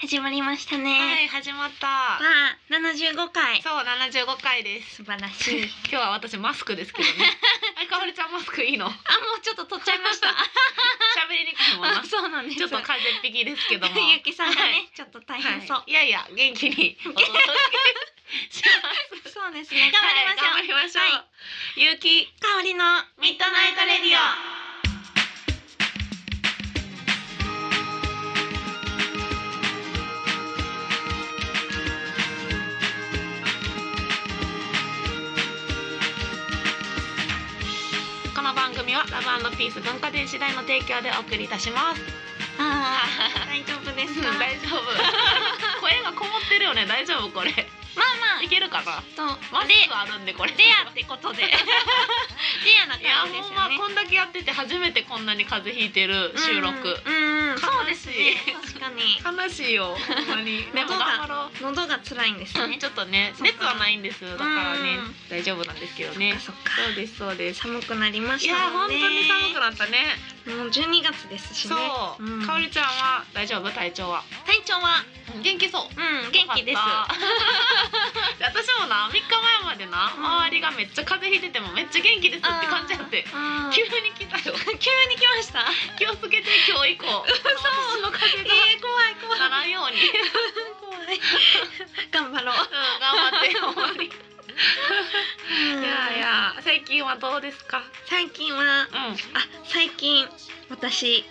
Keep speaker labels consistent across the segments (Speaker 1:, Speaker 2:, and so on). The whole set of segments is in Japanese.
Speaker 1: 始まりましたね。
Speaker 2: はい、始まった。
Speaker 1: は七十五回。
Speaker 2: そう、七十五回で
Speaker 1: 素
Speaker 2: す。
Speaker 1: 晴らしい。
Speaker 2: 今日は私マスクですけどね。 あ、かおりちゃんマスクいいの。
Speaker 1: あ、もうちょっと取っちゃいました。
Speaker 2: 喋りにくいもんな。
Speaker 1: あ そうなんです。
Speaker 2: ちょっと風邪っぴきですけども。
Speaker 1: ゆきさんが
Speaker 2: は
Speaker 1: ね、ちょっと大
Speaker 2: い
Speaker 1: 変そう
Speaker 2: は。い、いやいや、元気に お届けします。
Speaker 1: そうですね。頑張りましょう。
Speaker 2: はい頑張りましょう。
Speaker 1: は
Speaker 2: ゆうき、
Speaker 1: 香りの
Speaker 2: ミッドナイトレディオ。この番組はラブピース文化電子代の提供でお送りいたします。
Speaker 1: あー大丈夫です
Speaker 2: うん
Speaker 1: か。
Speaker 2: 大 丈夫。声がこもってるよね。大丈夫これ。
Speaker 1: まあまあ
Speaker 2: いけるかな。
Speaker 1: と
Speaker 2: マスクあるんでこれ。
Speaker 1: レアってこと で。レアない
Speaker 2: や
Speaker 1: 感じです
Speaker 2: ほん
Speaker 1: よ
Speaker 2: ま
Speaker 1: ね。
Speaker 2: こんだけやってて初めてこんなに風邪ひいてる収録、
Speaker 1: うん。うん、そう
Speaker 2: 悲
Speaker 1: です
Speaker 2: し
Speaker 1: ね
Speaker 2: い。
Speaker 1: 確かに。
Speaker 2: 悲しいよほんまに でも
Speaker 1: 喉が
Speaker 2: 頑張ろう
Speaker 1: 喉が辛いんですね。
Speaker 2: ちょっと ね
Speaker 1: そっか
Speaker 2: 熱はないんですだからね
Speaker 1: うん
Speaker 2: 大丈夫なんですけどね
Speaker 1: そっか
Speaker 2: そうですそうです
Speaker 1: 寒くなりま
Speaker 2: い
Speaker 1: し
Speaker 2: や
Speaker 1: たもん
Speaker 2: 本
Speaker 1: ね。
Speaker 2: 当に寒くなったね
Speaker 1: もう12月ですしね。
Speaker 2: そう、
Speaker 1: うん
Speaker 2: かおりちゃんは大丈夫体調は
Speaker 1: 体調は
Speaker 2: 元気そう
Speaker 1: うん元気です
Speaker 2: よ。かった 私もな3日前までな周りがめっちゃ風邪ひいててもめっちゃ元気ですって感じやって
Speaker 1: あー
Speaker 2: 急に来たよ
Speaker 1: 急に来ました。
Speaker 2: 気をつけて今日以降 私の風
Speaker 1: え
Speaker 2: 邪が
Speaker 1: ー、怖い怖い
Speaker 2: ならんよ うに、
Speaker 1: 怖い。 頑張ろう。
Speaker 2: 頑張ってほんまに。い
Speaker 1: い
Speaker 2: やいや、最近はどうですか。
Speaker 1: 最近は
Speaker 2: うん、
Speaker 1: あ最近私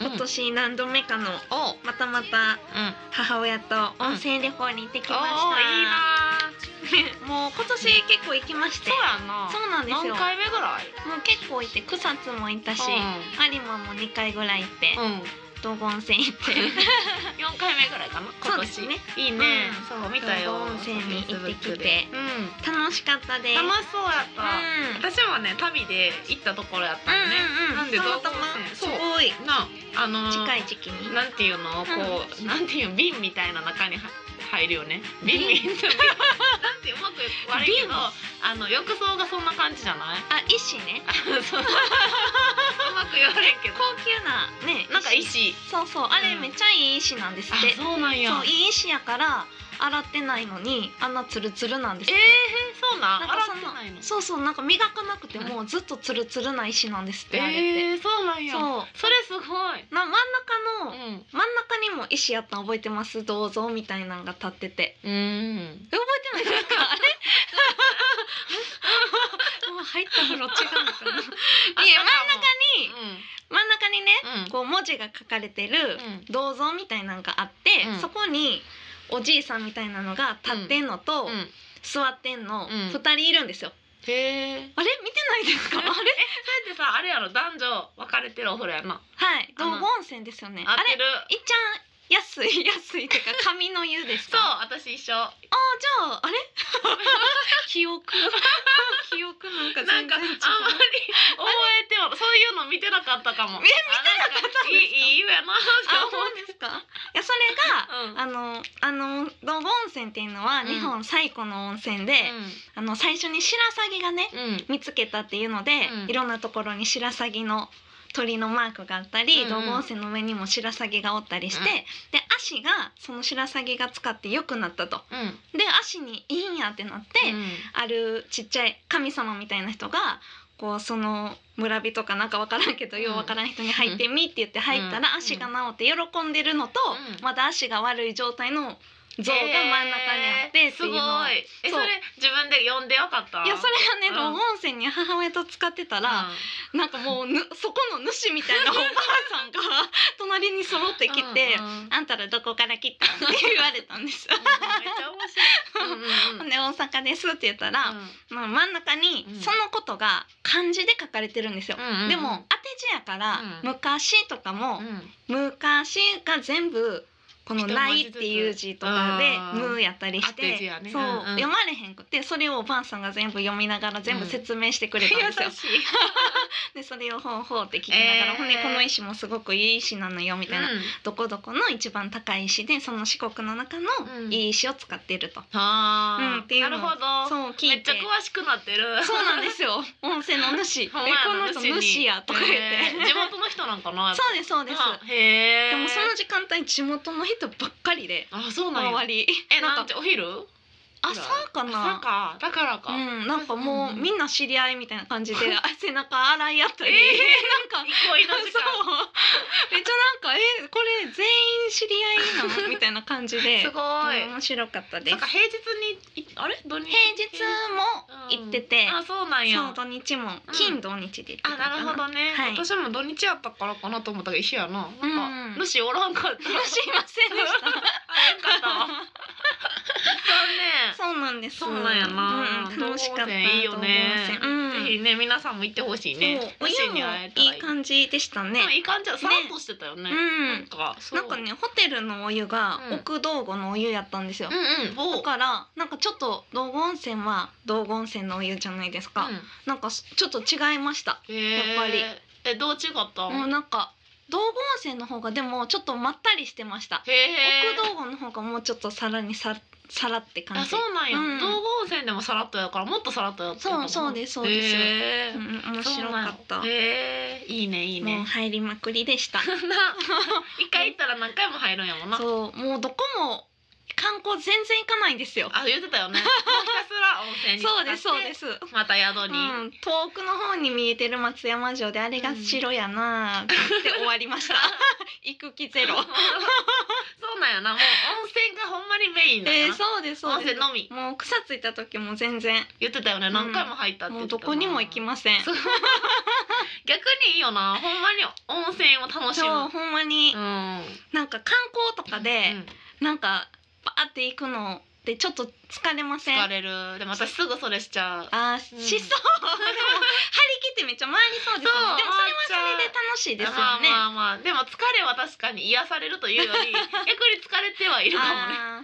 Speaker 2: 今
Speaker 1: 今年何度目かの
Speaker 2: お、うん、
Speaker 1: またまた
Speaker 2: おーい
Speaker 1: 母親と温泉旅行に行ってきました。
Speaker 2: いなー。
Speaker 1: いな。もう今年結構行きまして。
Speaker 2: そうやんな。
Speaker 1: そうなんですよ。
Speaker 2: 何
Speaker 1: も
Speaker 2: 回目ぐらい。
Speaker 1: う結構行って草津も行ったし、
Speaker 2: う
Speaker 1: 有馬も2回ぐらい行って、
Speaker 2: ん、うん、
Speaker 1: 道後温泉行って。
Speaker 2: 四回目ぐらいかな。
Speaker 1: そ
Speaker 2: 今年。
Speaker 1: うですね
Speaker 2: いいね。
Speaker 1: うん
Speaker 2: そう、見たよ。
Speaker 1: 道後温泉に行ってきて
Speaker 2: Facebook でうん。
Speaker 1: 楽しかったです。
Speaker 2: 楽しそうやった。
Speaker 1: うん。
Speaker 2: 私もね、旅で行ったところやったのね。
Speaker 1: うんうんうん、
Speaker 2: なんで
Speaker 1: た
Speaker 2: 道
Speaker 1: ま
Speaker 2: 後温
Speaker 1: たます
Speaker 2: 泉。
Speaker 1: す
Speaker 2: そう。
Speaker 1: ごい
Speaker 2: な、あのー。
Speaker 1: 近い時期に。
Speaker 2: なんていうのこう、なんていう瓶みたいな中には入るよね瓶
Speaker 1: 瓶
Speaker 2: みたいななんてうまく悪いけど
Speaker 1: 瓶
Speaker 2: あの浴槽がそんな感じじゃない
Speaker 1: あ、石ね。
Speaker 2: そううまく言われんけど
Speaker 1: 高級なね、
Speaker 2: なんか。石
Speaker 1: そうそう、あれ
Speaker 2: うん
Speaker 1: めっちゃいい石なんですって。
Speaker 2: そうなん
Speaker 1: そう、いい石やから、洗ってないのに、あんなツルツルなんです
Speaker 2: えー
Speaker 1: よ。
Speaker 2: そうなん
Speaker 1: なんかそ
Speaker 2: 洗っ
Speaker 1: の
Speaker 2: てないの
Speaker 1: そうそう、なんか磨かなくても、ずっとツルツルな石なんですって、あれって。
Speaker 2: えーそうなんや
Speaker 1: そ、
Speaker 2: それすごいう
Speaker 1: な、真ん中の。
Speaker 2: ん
Speaker 1: 真ん中にも石やったの覚えてますどうぞみたいなのが立ってて
Speaker 2: うん
Speaker 1: え覚えてないですかあれ もう入った風呂違うのかないや真ん中に真ん中にね
Speaker 2: うん
Speaker 1: こう文字が書かれてる
Speaker 2: うん
Speaker 1: 銅像みたいなのがあって、
Speaker 2: うん
Speaker 1: そこにおじいさんみたいなのが立ってんのと、
Speaker 2: うん
Speaker 1: 座ってんの
Speaker 2: うん
Speaker 1: 2人いるんですよ。
Speaker 2: へ
Speaker 1: あ
Speaker 2: え
Speaker 1: れ見てないですかあれ
Speaker 2: そうやってさあれやろ男女分かれてるお風呂やな
Speaker 1: はい
Speaker 2: あ
Speaker 1: 道
Speaker 2: の
Speaker 1: 後温泉ですよね。
Speaker 2: 合
Speaker 1: あ
Speaker 2: っ
Speaker 1: れ
Speaker 2: てる
Speaker 1: いっちゃん安い安いっていうか紙の湯です
Speaker 2: そう
Speaker 1: か。う
Speaker 2: 私一緒
Speaker 1: じゃああれ 記憶 記憶なんか
Speaker 2: なん
Speaker 1: 全
Speaker 2: かあ
Speaker 1: 然違
Speaker 2: んまり
Speaker 1: う。
Speaker 2: 覚えてはそういうの 見てなかったかも。
Speaker 1: え見て
Speaker 2: なかったいいいい湯やな
Speaker 1: あ
Speaker 2: と思
Speaker 1: 本当ですか。いやそれが。
Speaker 2: って。うん。
Speaker 1: あのあの道後温泉っていうのは
Speaker 2: うん
Speaker 1: 日本最古の温泉で、あの最初にシラサギがね
Speaker 2: うん。うん。
Speaker 1: 見つけたっていうので、
Speaker 2: うん
Speaker 1: いろんなところにシラサギの鳥のマークがあったり、
Speaker 2: うん
Speaker 1: 道後温泉の上にもシラサギがおったりして、
Speaker 2: うん
Speaker 1: で足がそのシラサギが使って良くなったと。
Speaker 2: うん。
Speaker 1: で足にいいんやってなって、あるちっちゃい神様みたいな人がこうその村人かなんかわからんけど、
Speaker 2: うん
Speaker 1: ようわからん人に入ってみって言って入った
Speaker 2: う
Speaker 1: ら
Speaker 2: ん
Speaker 1: 足が治って喜んでるのと、
Speaker 2: うん
Speaker 1: まだ足が悪い状態の像が真ん中にあって
Speaker 2: えー
Speaker 1: って
Speaker 2: す
Speaker 1: い
Speaker 2: ご
Speaker 1: う
Speaker 2: い
Speaker 1: のを、い。
Speaker 2: え
Speaker 1: そ
Speaker 2: そうれ自分で呼んでよかった。
Speaker 1: やそれがね、
Speaker 2: うん
Speaker 1: 道後温泉に母親と使ってたら、なんかもうぬそこの主みたいなおばあさんが 隣に揃って
Speaker 2: で
Speaker 1: きて「 あんたらどこから来た?」って言われたんです。
Speaker 2: めっちゃ面白い。うんうん
Speaker 1: ほ
Speaker 2: うん
Speaker 1: んで大阪ですって言ったら、まあ、真ん中に
Speaker 2: うん
Speaker 1: そのことが漢字で書かれてるんですよ。
Speaker 2: うんうん
Speaker 1: でも当て字やから「
Speaker 2: うん
Speaker 1: 昔」とかも
Speaker 2: うん
Speaker 1: 「昔」が全部この「
Speaker 2: 一文字ずつ
Speaker 1: ない」っていう字とかで
Speaker 2: あ
Speaker 1: 「
Speaker 2: ー
Speaker 1: む」やったりし
Speaker 2: 当て字
Speaker 1: て
Speaker 2: やね
Speaker 1: そう
Speaker 2: うんうん
Speaker 1: 読まれへんくてそれをおばあさんが全部読みながら全部説明してくれたんです よ。
Speaker 2: しい。
Speaker 1: でそれを「ほうほう」って聞きながら
Speaker 2: え
Speaker 1: 「
Speaker 2: ー
Speaker 1: ほんでこの石もすごくいい石なのよ」みたいな
Speaker 2: うん
Speaker 1: 「どこどこの一番高い石でその四国の中のいい石を使ってる」と。うん
Speaker 2: あ
Speaker 1: って
Speaker 2: ー
Speaker 1: いう
Speaker 2: な
Speaker 1: の
Speaker 2: るほど。
Speaker 1: そう聞
Speaker 2: めっ
Speaker 1: い
Speaker 2: ちゃ
Speaker 1: て
Speaker 2: 詳しくなってる。
Speaker 1: そうなんですよ。 温泉の主。え、こ
Speaker 2: ほんまやな
Speaker 1: の人主やとか言っ
Speaker 2: えー
Speaker 1: て。
Speaker 2: 地元の人なんかな。
Speaker 1: そうです、そうです。
Speaker 2: あへえ。
Speaker 1: でも、その時間帯、地元の人人ばっかりで
Speaker 2: あそうなんや
Speaker 1: 周り
Speaker 2: え
Speaker 1: な
Speaker 2: なんん
Speaker 1: か
Speaker 2: てお昼
Speaker 1: 朝か
Speaker 2: 朝
Speaker 1: な
Speaker 2: かだからか、一
Speaker 1: うん、なんかもう
Speaker 2: うん
Speaker 1: みんな知り合いみたいな感じで あ背中洗い合ったり、
Speaker 2: えー
Speaker 1: なんか
Speaker 2: 恋の
Speaker 1: そう
Speaker 2: 時間
Speaker 1: めっちゃなんかえこれ全員知り合いなのみたいな感じ です
Speaker 2: ごい、
Speaker 1: 面白かったです
Speaker 2: なんか平日にいあれ土日
Speaker 1: 平日も行ってて、
Speaker 2: うんあそうなんや
Speaker 1: そう土日も金土日で行って
Speaker 2: あ
Speaker 1: たか
Speaker 2: なるほどね、
Speaker 1: はい
Speaker 2: 私も土日やったからかなと思ったけど一緒やななん
Speaker 1: うん
Speaker 2: か主おらんかったあよ
Speaker 1: いらっしゃいませんでした
Speaker 2: かったわ残念
Speaker 1: そうなんです。
Speaker 2: そうなんやな、
Speaker 1: うん、楽しかった。
Speaker 2: 道後温泉いいよね、
Speaker 1: 道後温
Speaker 2: ぜ
Speaker 1: 泉
Speaker 2: ひね皆さんも行ってほしい
Speaker 1: うん。
Speaker 2: ね
Speaker 1: そうお
Speaker 2: もし
Speaker 1: 湯も
Speaker 2: に会えたら
Speaker 1: いい感じでしたね
Speaker 2: うん。いい感じださらっとしてたよね
Speaker 1: うん
Speaker 2: なんかそう
Speaker 1: なんかね、ホテルのお湯が
Speaker 2: うん
Speaker 1: 奥道後のお湯やったんですよ。
Speaker 2: うんうんお
Speaker 1: だから、なんかちょっと道後温泉は道後温泉のお湯じゃないですか。
Speaker 2: うん
Speaker 1: なんかちょっと違いました。
Speaker 2: へー
Speaker 1: やっぱり
Speaker 2: えどう違った
Speaker 1: もうなんか道後温泉の方がでもちょっとまったりしてました。
Speaker 2: へえ
Speaker 1: 奥道後の方がもうちょっとさらにささらって感
Speaker 2: あ
Speaker 1: じ。
Speaker 2: そうなんや、
Speaker 1: うん
Speaker 2: 道後温泉でもさらっとやからもっとさらっとやって
Speaker 1: そうそうですそうです
Speaker 2: へー
Speaker 1: うん面白かった。
Speaker 2: そうなんやへえいいねいい
Speaker 1: もう
Speaker 2: ね
Speaker 1: 入りまくりでした。
Speaker 2: な一回行ったら何回も入るんやもん な
Speaker 1: そうもうどこも観光全然行かないんですよ。
Speaker 2: あ言ってたよねひたすら温泉に
Speaker 1: そうですそうですす。
Speaker 2: また宿
Speaker 1: う
Speaker 2: に、
Speaker 1: ん、遠くの方に見えてる松山城であれが城やなーって言って終わりました。行く気 ゼロ。
Speaker 2: そうなんやなもう温泉がほんまにメインだ
Speaker 1: え
Speaker 2: よ
Speaker 1: ー、
Speaker 2: な、
Speaker 1: そうですそう
Speaker 2: 温
Speaker 1: です
Speaker 2: 泉。のみ
Speaker 1: もう草ついた時も全然
Speaker 2: 言ってたよね
Speaker 1: うん
Speaker 2: 何回も入ったって
Speaker 1: も
Speaker 2: 言
Speaker 1: う
Speaker 2: ってた
Speaker 1: ど
Speaker 2: な
Speaker 1: こにも行きません。
Speaker 2: そう逆にいいよなほんまに温泉を楽しむ
Speaker 1: そうほんまに
Speaker 2: うん
Speaker 1: なんか観光とかで、なんかバーって行くのってちょっと疲れま
Speaker 2: うん
Speaker 1: せん。
Speaker 2: 疲れるでも私すぐそれしちゃう
Speaker 1: あー
Speaker 2: うん
Speaker 1: しそう、でも張り切ってめっちゃ回りそうですよ
Speaker 2: そ
Speaker 1: ね
Speaker 2: う
Speaker 1: でもそれはそれで楽しいですよね、
Speaker 2: まあまあまあでも疲れは確かに癒されるというより 逆に疲れてはいるかもね
Speaker 1: あ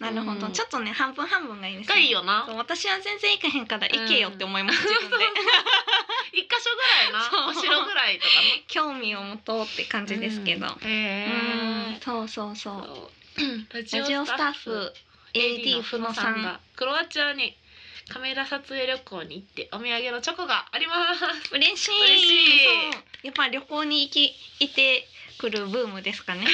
Speaker 1: ーなるほど、
Speaker 2: うん
Speaker 1: ちょっとね半分半分がいいです
Speaker 2: が
Speaker 1: ね
Speaker 2: いいよな
Speaker 1: そう私は全然行かへんから行けよって思い ます、自分で
Speaker 2: 一箇所ぐらいな
Speaker 1: そう
Speaker 2: お城ぐらいとかね
Speaker 1: 興味を持とうって感じですけど、うん
Speaker 2: うんへえ
Speaker 1: そうそうそう
Speaker 2: ラジ
Speaker 1: ラジオ
Speaker 2: オ
Speaker 1: ス
Speaker 2: ス
Speaker 1: タ
Speaker 2: タ
Speaker 1: ッ
Speaker 2: ッ
Speaker 1: フ
Speaker 2: フ
Speaker 1: AD ふ
Speaker 2: AD ふ
Speaker 1: の
Speaker 2: の
Speaker 1: さ
Speaker 2: さ
Speaker 1: ん
Speaker 2: ん
Speaker 1: が
Speaker 2: がクロアチアにカメラ撮影旅行に行ってお土産のチョコがあり ます
Speaker 1: 嬉しい
Speaker 2: 嬉しい
Speaker 1: そうやっぱ旅行に行き行ってくるブームですかね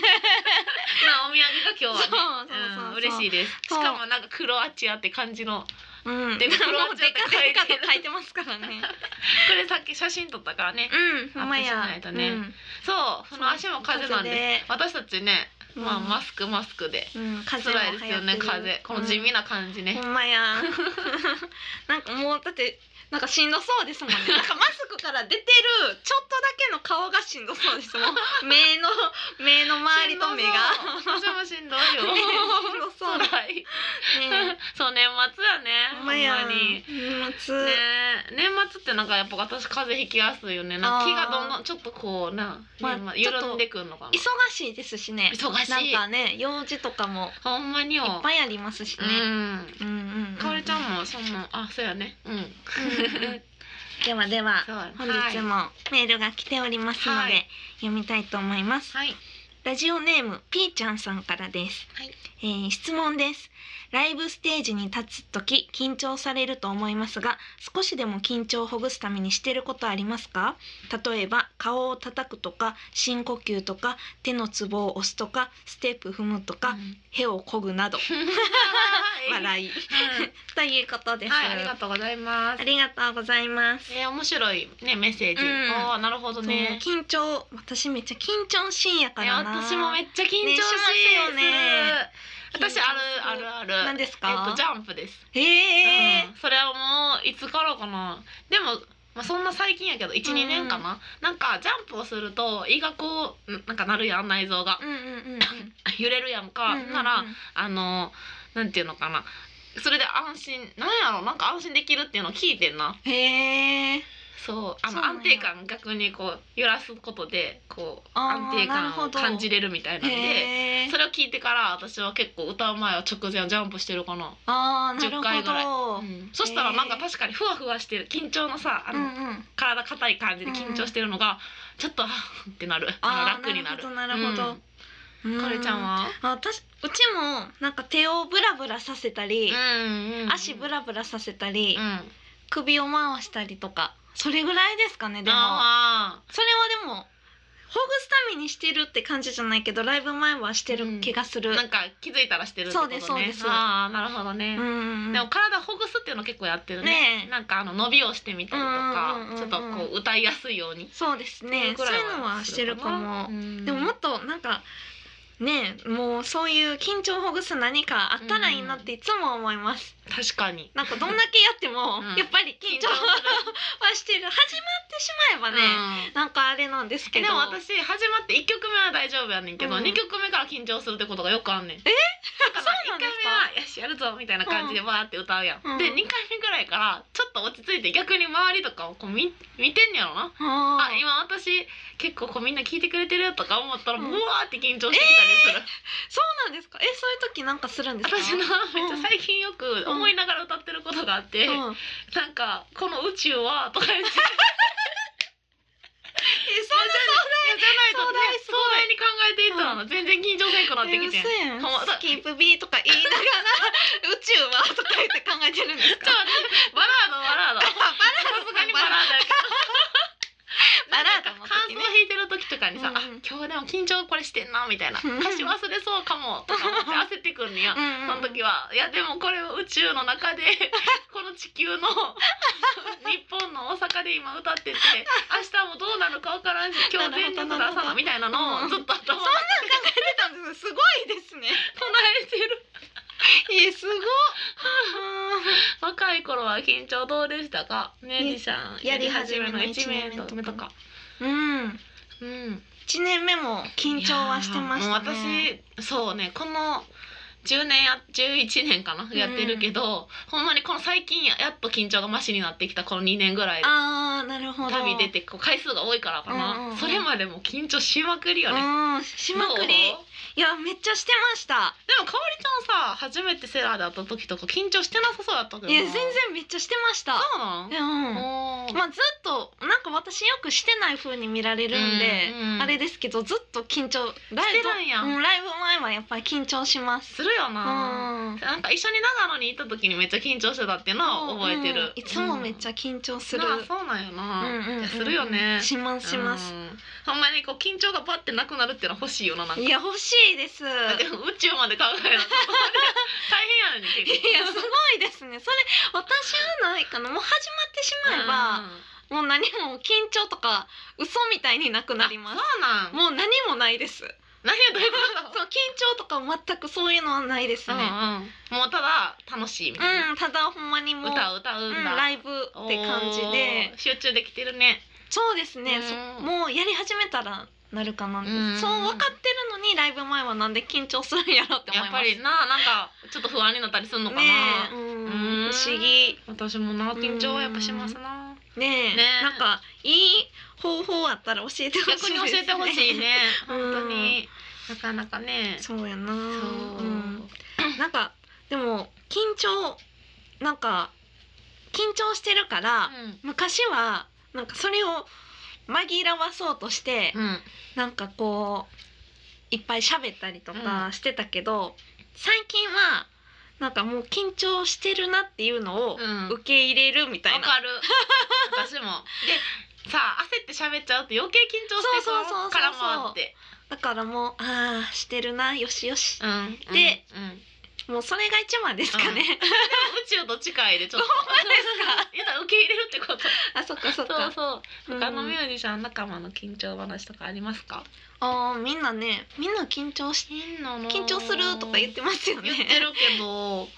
Speaker 2: なお土産が今日はね
Speaker 1: そうそうそうそう
Speaker 2: うん嬉しいですし
Speaker 1: そう
Speaker 2: かもなんかクロアチアって感じの
Speaker 1: うん
Speaker 2: で
Speaker 1: で
Speaker 2: も
Speaker 1: も
Speaker 2: クロア
Speaker 1: う
Speaker 2: チア
Speaker 1: で
Speaker 2: って
Speaker 1: か
Speaker 2: 書い
Speaker 1: で
Speaker 2: てる
Speaker 1: かと書いてますからね
Speaker 2: これさっき写真撮ったからね
Speaker 1: うんほんまや
Speaker 2: アップしないとね
Speaker 1: うん
Speaker 2: そうその足も風邪なんです私たちね、
Speaker 1: うん
Speaker 2: まあマスクマスクで
Speaker 1: うん、風
Speaker 2: 辛いですよね風邪この地味な感じ
Speaker 1: ね、
Speaker 2: ね、
Speaker 1: ほんま やなんかもうだってなんかしんどそうですもんねなんかマスクから出てるちょっとだけの顔がしんどそうですもん目の目の周りと目が
Speaker 2: 私もしんど い
Speaker 1: ねしん
Speaker 2: よ
Speaker 1: どそう
Speaker 2: 辛
Speaker 1: だ
Speaker 2: い
Speaker 1: ね
Speaker 2: そう年末やね
Speaker 1: ほん
Speaker 2: ほんま
Speaker 1: まや
Speaker 2: に
Speaker 1: 年末、
Speaker 2: ね年末ってなんかやっぱ私風邪ひきやすいよねなん
Speaker 1: あー
Speaker 2: か気がどんどんちょっとこうな、
Speaker 1: まあ
Speaker 2: まあ
Speaker 1: ちょっと
Speaker 2: 緩んでくんのかな
Speaker 1: 忙しいですしね
Speaker 2: 忙しい
Speaker 1: なんかね用事とかも
Speaker 2: ほんまによ
Speaker 1: いっぱいありますしね、うん、うんうん
Speaker 2: うんかおりちゃんもそんなあそうやねうん
Speaker 1: うんうんではでは
Speaker 2: そうや
Speaker 1: 本日もメールが来ておりますので、
Speaker 2: はい
Speaker 1: 読みたいと思います
Speaker 2: はい
Speaker 1: ラジオネームピーちゃんさんからです、
Speaker 2: はい
Speaker 1: えー質問ですライブステージに立つ時緊張されると思いますが少しでも緊張をほぐすためにしてることありますか例えば顔を叩くとか深呼吸とか手のツボを押すとかステップ踏むとか、屁をこぐな ど
Speaker 2: 笑
Speaker 1: 笑い ということ
Speaker 2: い
Speaker 1: です、
Speaker 2: はいありがとうございます
Speaker 1: ありがとうございます
Speaker 2: えー、面白いねメッセージ。
Speaker 1: うん
Speaker 2: ああなるほどね。
Speaker 1: そう緊張私めっちゃ緊張しんや
Speaker 2: え
Speaker 1: からな、
Speaker 2: 私もめっちゃ緊張し
Speaker 1: ねしますよね緊張す
Speaker 2: 私
Speaker 1: る
Speaker 2: あるあるあ
Speaker 1: 何
Speaker 2: る。
Speaker 1: ですか、
Speaker 2: えっとジャンプです。
Speaker 1: ええ
Speaker 2: うんそれはもういつからかな。でも。まあ、そんな最近やけど12年かな、なんかジャンプをすると胃がこうんなんかなるやん内臓が
Speaker 1: うんうんうんうん
Speaker 2: 揺れるやんか、
Speaker 1: うんうんうん
Speaker 2: ならあのなんていうのかなそれで安心なんやろなんか安心できるっていうのを聞いてんな
Speaker 1: へえ
Speaker 2: そうあ
Speaker 1: そう
Speaker 2: の
Speaker 1: なんや
Speaker 2: 安定感逆にこう揺らすことでこう
Speaker 1: あー
Speaker 2: 安定
Speaker 1: なる
Speaker 2: 感
Speaker 1: ほ
Speaker 2: を
Speaker 1: ど
Speaker 2: 感じれるみたいなんで
Speaker 1: へえ
Speaker 2: それを聞いてから私は結構歌う前は直前はジャンプしてるかな、
Speaker 1: ああなるほ
Speaker 2: 10回ぐらい
Speaker 1: ど、
Speaker 2: うんそしたらなんか確かにふわふわしてる緊張のさあ
Speaker 1: う
Speaker 2: の、
Speaker 1: んうん
Speaker 2: 体硬い感じで緊張してるのがちょっとあーってなる
Speaker 1: あー
Speaker 2: 楽になる
Speaker 1: なるほどなるほ
Speaker 2: うん
Speaker 1: う
Speaker 2: かおりちゃんは
Speaker 1: あ私うちもなんか手をブラブラさせたり、
Speaker 2: うんうん
Speaker 1: 足ブラブラさせたり、
Speaker 2: うん
Speaker 1: 首を回したりとかそれぐらいですかねでも
Speaker 2: あ
Speaker 1: それはでもほぐすためにしてるって感じじゃないけどライブ前はしてる気がする、うん
Speaker 2: なんか気づいたらしてるってことね
Speaker 1: そうですそうです
Speaker 2: ああなるほどね、
Speaker 1: うん
Speaker 2: でも体ほぐすっていうの結構やってるね
Speaker 1: ねえ
Speaker 2: なんかあの伸びをしてみたりとか、
Speaker 1: うんうんうんうん
Speaker 2: ちょっとこう歌いやすいように
Speaker 1: そうですねそういうのはしてるかも、
Speaker 2: うん
Speaker 1: でももっとなんかねもうそういう緊張をほぐす何かあったらいいなっていつも思います、
Speaker 2: 確かに
Speaker 1: なんかどんだけやっても、
Speaker 2: うん
Speaker 1: やっぱり緊張はしてる始まってしまえば
Speaker 2: する
Speaker 1: ね、なんかあれなんです
Speaker 2: う
Speaker 1: け
Speaker 2: ん
Speaker 1: ど
Speaker 2: でも私始まって1曲目は大丈夫やねんけど、
Speaker 1: うん
Speaker 2: 二2曲目から緊張するってことがよくあんねん
Speaker 1: そう
Speaker 2: だから
Speaker 1: な
Speaker 2: 1
Speaker 1: んで
Speaker 2: 回
Speaker 1: す
Speaker 2: 目
Speaker 1: か
Speaker 2: は「よしやるぞ」みたいな感じでわーって歌うやん、
Speaker 1: うん
Speaker 2: で2回目ぐらいからちょっと落ち着いて逆に周りとかをこう見見てんねやろな
Speaker 1: あ
Speaker 2: あ今私結構こうみんな聞いてくれてるとか思ったら
Speaker 1: うん
Speaker 2: ブワーって緊張してきたりする、
Speaker 1: そうなんですかえそういう時なんかするんですか
Speaker 2: 私なめっち
Speaker 1: うん
Speaker 2: ゃ最近よく思いながら歌ってることがあって、
Speaker 1: うん、え
Speaker 2: なんか「この宇宙は」とか言って
Speaker 1: そんな
Speaker 2: じゃないと
Speaker 1: 壮
Speaker 2: ね
Speaker 1: 大す
Speaker 2: 壮
Speaker 1: ごい
Speaker 2: 大に考えていったらな全然緊張せんくなってきて
Speaker 1: えー
Speaker 2: ん、
Speaker 1: 嘘やん
Speaker 2: ほんまだ
Speaker 1: スキープ B とか言いながら 宇宙はとか言って考えてるんです
Speaker 2: ちょ
Speaker 1: か
Speaker 2: っと待ってバラードバラード さすがにバラードやけど
Speaker 1: バラー
Speaker 2: 感
Speaker 1: ドの時
Speaker 2: 想
Speaker 1: ね
Speaker 2: 弾いてる時とかにさ、
Speaker 1: うんうん
Speaker 2: あ今日でも緊張これしてんなみたいな
Speaker 1: うん
Speaker 2: 歌詞忘れそうかもとか思って焦ってくんねや、
Speaker 1: うん
Speaker 2: その時はいやでもこれは宇宙の中 でこの地球の日本の大阪で今歌ってて明日もどうなるか分からんし今日全力出さなみたいなのをずっと頭に
Speaker 1: 出たんですすごいですね
Speaker 2: 唱えてる
Speaker 1: えーすごっ
Speaker 2: 若い頃は緊張どうでしたかミュージシャン
Speaker 1: やり始めの
Speaker 2: 1
Speaker 1: 1
Speaker 2: 年
Speaker 1: 年
Speaker 2: と
Speaker 1: と
Speaker 2: 目とか、
Speaker 1: うんうん
Speaker 2: うん、
Speaker 1: 一年目も緊張はしてました
Speaker 2: いや
Speaker 1: ね
Speaker 2: ーもう私そうねこの10年や11年かな
Speaker 1: うん
Speaker 2: やってるけど、ほんまにこの最近ややっと緊張がマシになってきたこの2年ぐらい
Speaker 1: ああなるほど
Speaker 2: 旅出てこう回数が多いからかな、
Speaker 1: うんうんうん
Speaker 2: それまでも緊張しまくりよね。
Speaker 1: うんしまくり
Speaker 2: どうでも
Speaker 1: いやめっちゃしてました
Speaker 2: かおりちゃんさ初めてセラーで会った時とか緊張してなさそうだったけど
Speaker 1: いや全然めっちゃしてました
Speaker 2: そうな
Speaker 1: う
Speaker 2: ん、
Speaker 1: ん
Speaker 2: おー
Speaker 1: まあずっとなんか私よくしてない風に見られるんで、
Speaker 2: うんうん
Speaker 1: あれですけどずっと緊張ラ
Speaker 2: してないやん
Speaker 1: うんライブ前はやっぱり緊張します
Speaker 2: するよ
Speaker 1: う
Speaker 2: な、
Speaker 1: ん
Speaker 2: なんか一緒に長野に行った時にめっちゃ緊張してたっていうのは覚えてる、
Speaker 1: うんいつもめっちゃ緊張する、
Speaker 2: なあそうなんよな、
Speaker 1: うんうんうん
Speaker 2: いやするよね
Speaker 1: しますします、
Speaker 2: うんほんまにこう緊張がバってなくなるっていうのは欲しいよななんか
Speaker 1: いや欲しいですい
Speaker 2: だって
Speaker 1: や
Speaker 2: 宇宙まで考えると 大変やのに結構
Speaker 1: すごいですねそれ私はないかなもう始まってしまえば、もう何も緊張とか嘘みたいになくなります
Speaker 2: あそうなん
Speaker 1: もう何もないです
Speaker 2: 何やどういうこ
Speaker 1: そう
Speaker 2: と
Speaker 1: 緊張とか全くそういうのはないです
Speaker 2: うん
Speaker 1: ね、
Speaker 2: うんもうただ楽しいみたいな、
Speaker 1: うん、ただほんまにもう
Speaker 2: 歌を歌うん
Speaker 1: うん
Speaker 2: だ、
Speaker 1: ライブって感じで
Speaker 2: おー集中できてるね
Speaker 1: そうですね、
Speaker 2: うん
Speaker 1: そもうやり始めたらなるかなって、
Speaker 2: うん
Speaker 1: そう分かってるのにライブ前はなんで緊張するんやろって思います
Speaker 2: やっぱりななんかちょっと不安になったりするのかな、
Speaker 1: ねえ、うん
Speaker 2: うん
Speaker 1: 不思議
Speaker 2: 私もな緊張はやっぱしますな
Speaker 1: ねえ
Speaker 2: ねえ
Speaker 1: なんかいい方法あったら教えてほしいです、
Speaker 2: 逆に教えてほしいね
Speaker 1: うん
Speaker 2: 本当になかなかね
Speaker 1: そうやなう、
Speaker 2: そうん
Speaker 1: なんかでも緊張なんか緊張してるから、
Speaker 2: うん
Speaker 1: 昔はなんかそれを紛らわそうとして、
Speaker 2: うん
Speaker 1: なんかこういっぱい喋ったりと
Speaker 2: う
Speaker 1: かしてたけど、最近はなんかもう緊張してるなっていうのを
Speaker 2: うん
Speaker 1: 受け入れるみたい
Speaker 2: わ
Speaker 1: な、
Speaker 2: かる私もでさあ焦って喋っちゃうと余計緊張して
Speaker 1: そうそうそうそう
Speaker 2: からもって
Speaker 1: だからもうああしてるなよしよし、
Speaker 2: うん
Speaker 1: で、
Speaker 2: うんうん、
Speaker 1: もうそれが一番ですかね、
Speaker 2: 宇宙と近いでちょっと言ったら受け入れるってこと
Speaker 1: あそっかそっ
Speaker 2: そう
Speaker 1: か
Speaker 2: そう
Speaker 1: うん
Speaker 2: 他のミュージシャン仲間の緊張話とかありますか
Speaker 1: あーみんなねみんな緊張し緊
Speaker 2: 緊
Speaker 1: 張するとか言ってますよね
Speaker 2: 言ってるけど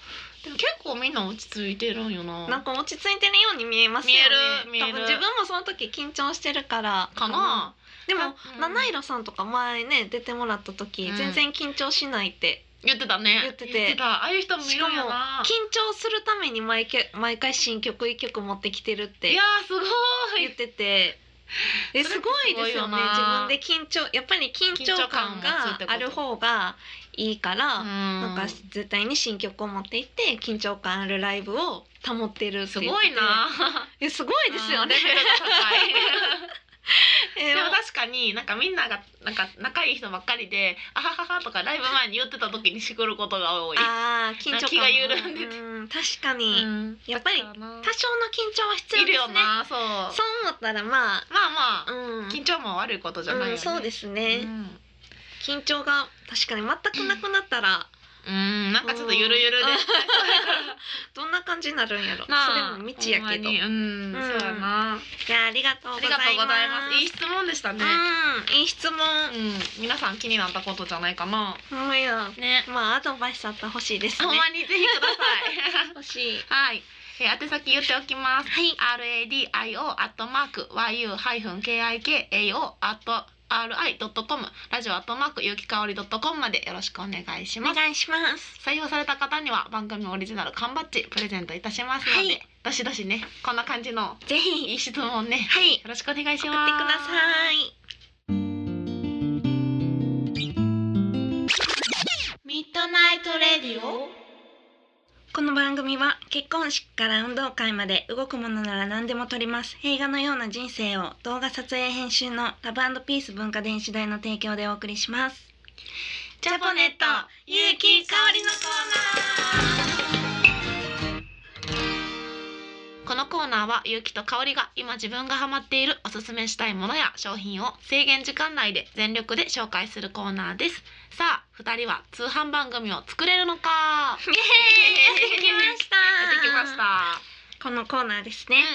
Speaker 2: でも結構みんな落ち着いてるんよな
Speaker 1: なんか落ち着いてるように見えますよね
Speaker 2: 見える見える
Speaker 1: 多分自分もその時緊張してるから
Speaker 2: かな
Speaker 1: でも、
Speaker 2: うん
Speaker 1: 七色さんとか前ね出てもらった時、
Speaker 2: うん
Speaker 1: 全然緊張しないって
Speaker 2: 言ってたね
Speaker 1: 言ってて
Speaker 2: たああいう人もい
Speaker 1: し
Speaker 2: る
Speaker 1: か
Speaker 2: ん
Speaker 1: も
Speaker 2: よな
Speaker 1: 緊張するために毎回毎回新曲一曲持ってきてるっ
Speaker 2: い
Speaker 1: て
Speaker 2: やーすご
Speaker 1: 言
Speaker 2: い
Speaker 1: ってて。え
Speaker 2: そ
Speaker 1: す
Speaker 2: れって
Speaker 1: ごいですよ
Speaker 2: すごい
Speaker 1: ね
Speaker 2: よな
Speaker 1: 自分で緊張やっぱり緊張感がある方がいいから、な
Speaker 2: なん
Speaker 1: か絶対に新曲を持っていって緊張感あるライブを保ってるっ
Speaker 2: す
Speaker 1: て言ってて
Speaker 2: ごいな
Speaker 1: えすごいですよね
Speaker 2: レベルが高い
Speaker 1: ええ
Speaker 2: でも確かになんかみんながなんか仲いい人ばっかりで「あははは」とかライブ前に言ってた時にしくることが多い。
Speaker 1: あー緊張感
Speaker 2: 気が緩んでて
Speaker 1: うん確かに、
Speaker 2: うん
Speaker 1: やっぱり
Speaker 2: だからな
Speaker 1: 多少の緊張は必要
Speaker 2: い
Speaker 1: です
Speaker 2: るよ
Speaker 1: ね
Speaker 2: なそうま
Speaker 1: そう思ったらまあ
Speaker 2: あまあ、
Speaker 1: うん
Speaker 2: 緊張も悪いことじゃないよね、
Speaker 1: うん、そうですね、
Speaker 2: うん
Speaker 1: 緊張が確かに全くなくなったら
Speaker 2: うんなんかちょっとゆるゆるで
Speaker 1: どんな感じになるんやろそ
Speaker 2: なあ
Speaker 1: れも未知や
Speaker 2: ほ
Speaker 1: け
Speaker 2: ん
Speaker 1: ど
Speaker 2: ま
Speaker 1: い
Speaker 2: にうん、
Speaker 1: うん
Speaker 2: そうやな
Speaker 1: やありがとう
Speaker 2: あ
Speaker 1: ご
Speaker 2: り
Speaker 1: ざい
Speaker 2: が
Speaker 1: ます
Speaker 2: とうございますいい質問でしたね、
Speaker 1: うんいい質問
Speaker 2: うん、皆さん気になったことじゃないかな
Speaker 1: もうや
Speaker 2: ね
Speaker 1: まあアドバイスあったら欲しいです
Speaker 2: ほん
Speaker 1: ね
Speaker 2: まにぜひください
Speaker 1: 欲しい
Speaker 2: はい、えー、宛先言っておきます
Speaker 1: はい、
Speaker 2: RADIO アットマーク YU-KIKAO アット RI.com ラジオアットマーク有機香り .com までよろしくお願いし
Speaker 1: お
Speaker 2: ます
Speaker 1: 願いします
Speaker 2: 採用された方には番組オリジナル缶バッジプレゼントいたしますので、
Speaker 1: はい
Speaker 2: どしどしねこんな感じの
Speaker 1: ぜひ
Speaker 2: いい質問ね
Speaker 1: はい
Speaker 2: よろしくお願いし
Speaker 1: 送
Speaker 2: ま
Speaker 1: っ
Speaker 2: す
Speaker 1: てください
Speaker 2: ミッドナイトレディオ
Speaker 1: この番組は結婚式から運動会まで動くものなら何でも撮ります映画のような人生を動画撮影編集のラブピース文化電子代の提供でお送りしますジャポネット有機香りのコ
Speaker 2: このコーナーは勇気と香りが今自分がハマっているおすすめしたいものや商品を制限時間内で全力で紹介するコーナーですさあ二人は通販番組を作れるのか
Speaker 1: ーナーイエーイできました
Speaker 2: やってきました
Speaker 1: このコーナーです
Speaker 2: う
Speaker 1: ね、
Speaker 2: ん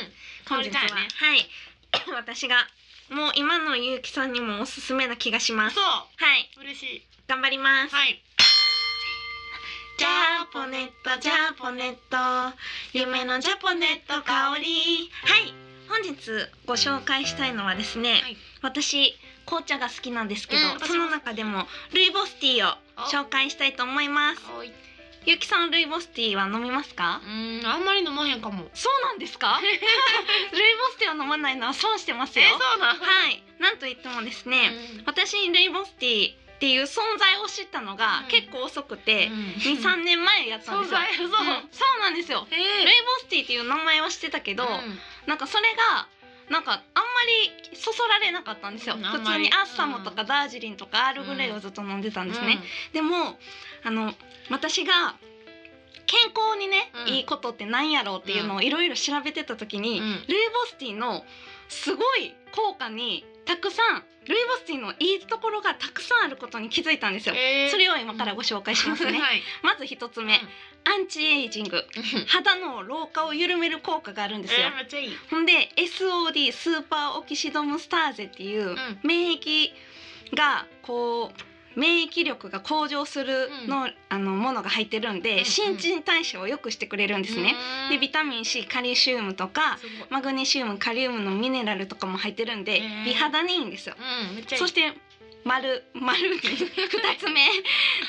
Speaker 1: 本日は、
Speaker 2: 香りだよね
Speaker 1: はい 私がもう今のゆうきさんにもおすすめな気がします
Speaker 2: そ
Speaker 1: はい、
Speaker 2: う嬉しい
Speaker 1: 頑張ります、
Speaker 2: はい
Speaker 1: ジャポネットジャポネット夢のジャポネット香りはい本日ご紹介したいのはですね、
Speaker 2: はい
Speaker 1: 私紅茶が好きなんですけど、
Speaker 2: うん私
Speaker 1: そ
Speaker 2: も
Speaker 1: の中でもルイボスティーを紹介したいと思います
Speaker 2: おいう
Speaker 1: ゆきさんルイボスティーは飲みますか
Speaker 2: ーんあんまり飲まへんかも
Speaker 1: そうなんですか ルイボスティーを飲まないのは損してますよ、
Speaker 2: うな
Speaker 1: は
Speaker 2: ん
Speaker 1: いなんといってもですね、私ルイボスティーっていう存在を知ったのが
Speaker 2: うん
Speaker 1: 結構遅くて、
Speaker 2: うん
Speaker 1: 二三年前やったんで
Speaker 2: 存
Speaker 1: すよ。
Speaker 2: 在そう
Speaker 1: うんそうなんですよ。
Speaker 2: え
Speaker 1: ルイボスティーっていう名前はしてたけど、なんかそれがなんかあんまりそそられなかったんですよ。
Speaker 2: うんあ
Speaker 1: 普
Speaker 2: んま
Speaker 1: 通
Speaker 2: り
Speaker 1: にアッサムとかダージリンとかアールグレイをずっと飲んでたんですね。でもあの私が健康にね、
Speaker 2: うん
Speaker 1: いいことってなんやろうっていうのをいろいろ調べてた時に、
Speaker 2: うん
Speaker 1: ルイボスティーのすごい効果にたくさんルイボスティーのいいところがたくさんあることに気づいたんですよ。
Speaker 2: えー
Speaker 1: それを今からご紹介しますね。
Speaker 2: はい
Speaker 1: まず一つ目、
Speaker 2: うん
Speaker 1: アンチエイジング肌の老化を緩める効果があるんですよ、
Speaker 2: めっちゃいい
Speaker 1: ほんで SOD スーパーオキシドムスターゼっていう免疫がこう免疫力が向上するの、あのものが入ってるんで、
Speaker 2: んうん
Speaker 1: 新陳代謝を良くしてくれるんですね、でビタミン C カリシウムとか
Speaker 2: すごい
Speaker 1: マグネシウムカリウムのミネラルとかも入ってるんで、
Speaker 2: へー
Speaker 1: 美肌にいいんですよ
Speaker 2: うんめっちゃいい
Speaker 1: そして丸丸 二つ目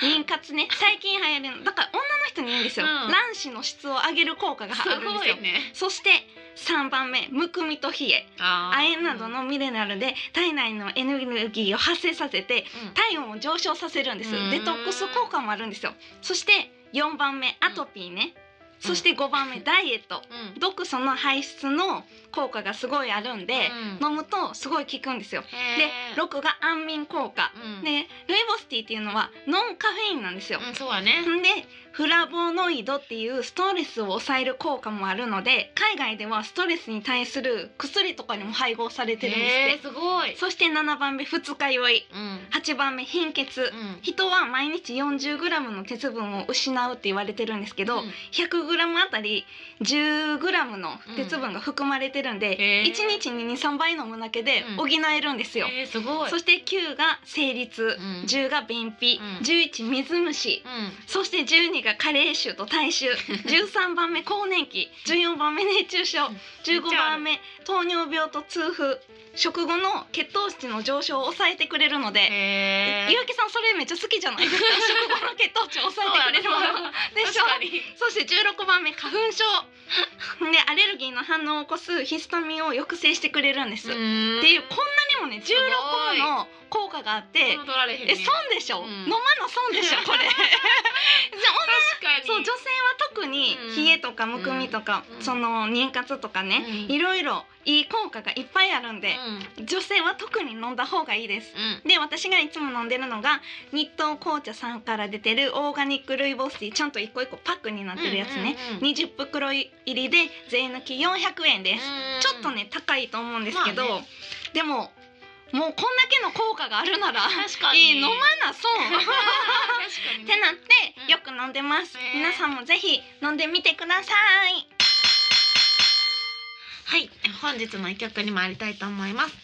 Speaker 1: 妊活ね最近流行るのだから女の人にいいんですよ、
Speaker 2: うん
Speaker 1: 卵子の質を上げる効果があるんですよ
Speaker 2: ね
Speaker 1: そして3番目むくみと冷え
Speaker 2: あ
Speaker 1: 亜鉛などのミネラルで体内のエネルギーを発生させて体温を上昇させるんです
Speaker 2: うん
Speaker 1: デトックス効果もあるんですよそして4番目アトピーね、
Speaker 2: うん
Speaker 1: そして5番目ダイエット
Speaker 2: うんうん
Speaker 1: 毒素の排出の効果がすごいあるんで、
Speaker 2: うん
Speaker 1: 飲むとすごい効くんですよで
Speaker 2: へー
Speaker 1: 6が安眠効果、
Speaker 2: うん
Speaker 1: でルイボスティーっていうのはノンカフェインなんですよ、
Speaker 2: うんそうやね
Speaker 1: んでフラボノイドっていうストレスを抑える効果もあるので海外ではストレスに対する薬とかにも配合されてるん
Speaker 2: へ
Speaker 1: で
Speaker 2: ー
Speaker 1: すっ
Speaker 2: すごい
Speaker 1: てそして7番目二日酔い
Speaker 2: うんうん
Speaker 1: 8番目貧血、人は毎日 40g の鉄分を失うって言われてるんですけど、
Speaker 2: うん
Speaker 1: 100g あたり 10g の鉄分が含まれてるんで、
Speaker 2: うんへー
Speaker 1: 一1日に23杯飲むだけで
Speaker 2: うん
Speaker 1: 補えるんですよ。
Speaker 2: へーすごい
Speaker 1: そして9が生理痛、
Speaker 2: うん
Speaker 1: 10が便秘、
Speaker 2: うん
Speaker 1: 11水虫、
Speaker 2: うん
Speaker 1: そして12が加齢臭と体 臭13番目更年期14番目熱中症
Speaker 2: うん
Speaker 1: 15番目糖尿病と痛風食後の血糖値の上昇を抑えてくれるので。
Speaker 2: へー
Speaker 1: ゆうきさんそれめっちゃ好きじゃない ですか食後の血糖値を抑えてくれるも
Speaker 2: そうや
Speaker 1: のでし
Speaker 2: 確
Speaker 1: ょ
Speaker 2: かに
Speaker 1: そして16番目花粉症でアレルギーの反応を起こすヒスタミンを抑制してくれるんです、っていうこんなにもね
Speaker 2: すごい
Speaker 1: 16個の効果があって
Speaker 2: 取られへんね
Speaker 1: え損でしょ、
Speaker 2: うん
Speaker 1: 飲まな損でしょこれじゃあ
Speaker 2: 確かに
Speaker 1: そう女性は特に
Speaker 2: うん
Speaker 1: 冷えとかむくみとか、
Speaker 2: うん
Speaker 1: その妊活とかね、
Speaker 2: うん
Speaker 1: いろいろいい効果がいっぱいあるんで、
Speaker 2: うん
Speaker 1: 女性は特に飲んだ方がいいです。
Speaker 2: うん
Speaker 1: で私がいつも飲んでるのが日東紅茶さんから出てるオーガニックルイボスティーちゃんと一個一個パックになってるやつね、
Speaker 2: うんうんうん
Speaker 1: 20袋入りで税抜き400円です、ちょっとね高いと思うんですけど、
Speaker 2: まあね
Speaker 1: でももうこんだけの効果があるなら
Speaker 2: 確か
Speaker 1: いい
Speaker 2: に
Speaker 1: 飲まなそう
Speaker 2: 確 かに
Speaker 1: ってなって、
Speaker 2: うん
Speaker 1: よく飲んでます、
Speaker 2: ね
Speaker 1: 皆さんもぜひ飲んでみてください
Speaker 2: はい、本日の一曲に参りたいと思います。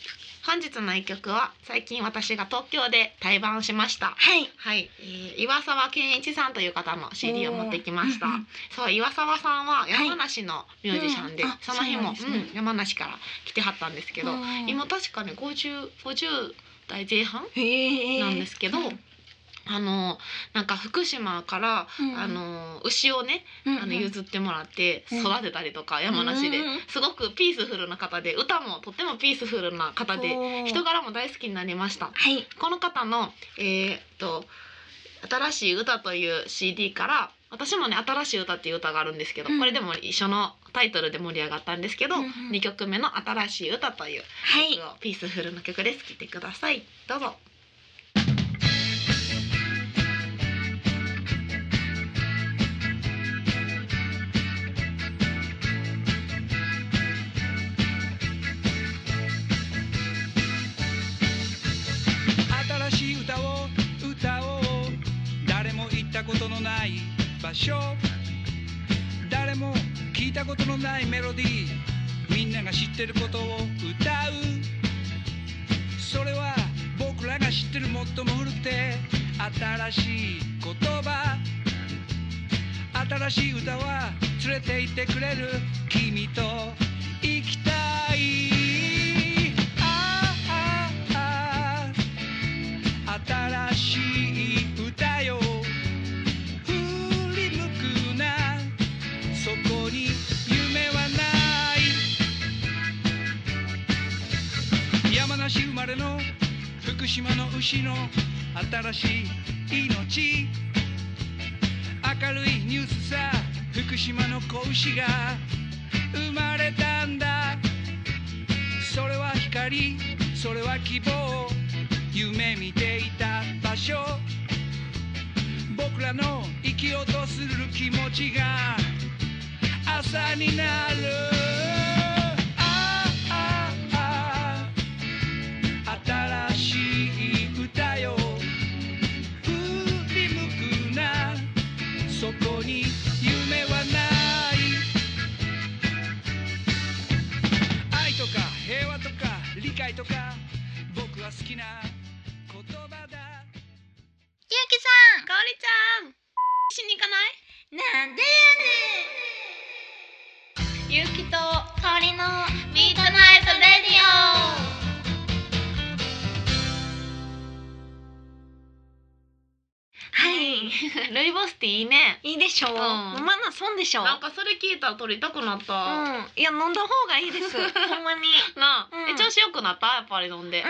Speaker 2: 本日の一曲は最近私が東京で対バンしました。
Speaker 1: はい
Speaker 2: はい、えー岩沢健一さんという方の CD を持ってきました
Speaker 1: おー。
Speaker 2: そう、岩沢さんは山梨のミュージシャンで、
Speaker 1: はいうんあ
Speaker 2: その日
Speaker 1: そうな
Speaker 2: も、
Speaker 1: んですね
Speaker 2: うん山梨から来てはったんですけど、
Speaker 1: うん
Speaker 2: 今確かに50、50代前半
Speaker 1: へ
Speaker 2: なんですけど、
Speaker 1: うん
Speaker 2: あのなんか福島から、
Speaker 1: うん
Speaker 2: あの牛をねあの譲ってもらって
Speaker 1: うん
Speaker 2: 育てたりとか、山梨で
Speaker 1: うん
Speaker 2: すごくピースフルな方で歌もとってもピースフルな方で人
Speaker 1: が
Speaker 2: 柄も大好きになりました
Speaker 1: はい
Speaker 2: この方のえーっと「新しい歌」という CD から私もね「新しい歌」っていう歌があるんですけど、
Speaker 1: うん
Speaker 2: これでも一緒のタイトルで盛り上がったんですけど、
Speaker 1: うんう
Speaker 2: 二
Speaker 1: ん
Speaker 2: 2曲目の「新しい歌」という
Speaker 1: はい
Speaker 2: 曲をピースフルな曲です聴いてください どうぞ
Speaker 3: 新しい歌を歌おう誰も行ったことのない場所誰も聞いたことのないメロディーみんなが知ってることを歌うそれは僕らが知ってる最も古くて新しい言葉新しい歌は連れて行ってくれる君と行きたいああああ新しい歌よ振り向くなそこに夢はない山梨生まれの福島の牛の新しい命明るいニュースさ福島の子牛が生まれたんだそれは光それは希望夢見ていた場所僕らの生きようとする気持ちが朝になるああああ新しい歌よ振り向くなそこに夢はない愛とか平和とか理解とか僕は好きな言葉だ
Speaker 1: ゆうきさんかおりちゃん
Speaker 2: しに行かない
Speaker 1: なんで
Speaker 2: ゆうきと
Speaker 1: やねん香りの
Speaker 2: ミートナイトレディオ
Speaker 1: はい
Speaker 2: ルイボスティーいいね。
Speaker 1: いいでしょう、
Speaker 2: ん
Speaker 1: 飲まな損でしょう
Speaker 2: なんかそれ聞いたら取りたくなった。
Speaker 1: うんいや飲んだ方がいいです ほんまに
Speaker 2: なあ、
Speaker 1: うん
Speaker 2: え調子良くなったやっぱり飲んで。
Speaker 1: うん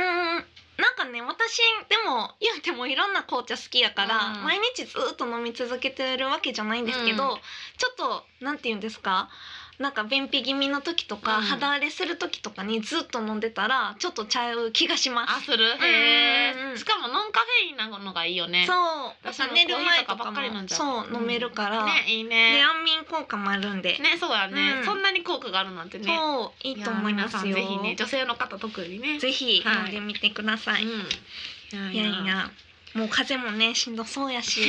Speaker 1: なんかね私でも言うてもいろんな紅茶好きやから、
Speaker 2: うん
Speaker 1: 毎日ずっと飲み続けてるわけじゃないんですけど、
Speaker 2: うん
Speaker 1: ちょっとなんて言うんですかなんか便秘気味の時とか、
Speaker 2: うん
Speaker 1: 肌荒れする時とかにずっと飲んでたらちょっとちゃう気がしま
Speaker 2: あ
Speaker 1: す。
Speaker 2: する。
Speaker 1: ん
Speaker 2: へ
Speaker 1: うんう
Speaker 2: え。
Speaker 1: ん
Speaker 2: しかもノンカフェインなのがいいよね。
Speaker 1: そう
Speaker 2: う。
Speaker 1: だ
Speaker 2: 私
Speaker 1: か
Speaker 2: も
Speaker 1: ら寝る前と
Speaker 2: コーヒーとかば
Speaker 1: か
Speaker 2: っ
Speaker 1: も
Speaker 2: かり飲んじゃう
Speaker 1: そう飲めるから、
Speaker 2: ねいい
Speaker 1: で
Speaker 2: ね。
Speaker 1: 安眠効果もあるんで、
Speaker 2: ねそうやね、
Speaker 1: うん
Speaker 2: そんなに効果があるなんてね。
Speaker 1: そういいと思いますよ。
Speaker 2: や皆さんぜひね女性の方特にね。
Speaker 1: ぜひ
Speaker 2: はい
Speaker 1: 飲んでみてください。
Speaker 2: うん。
Speaker 1: いやいや、もう風邪もねしんどそうや し、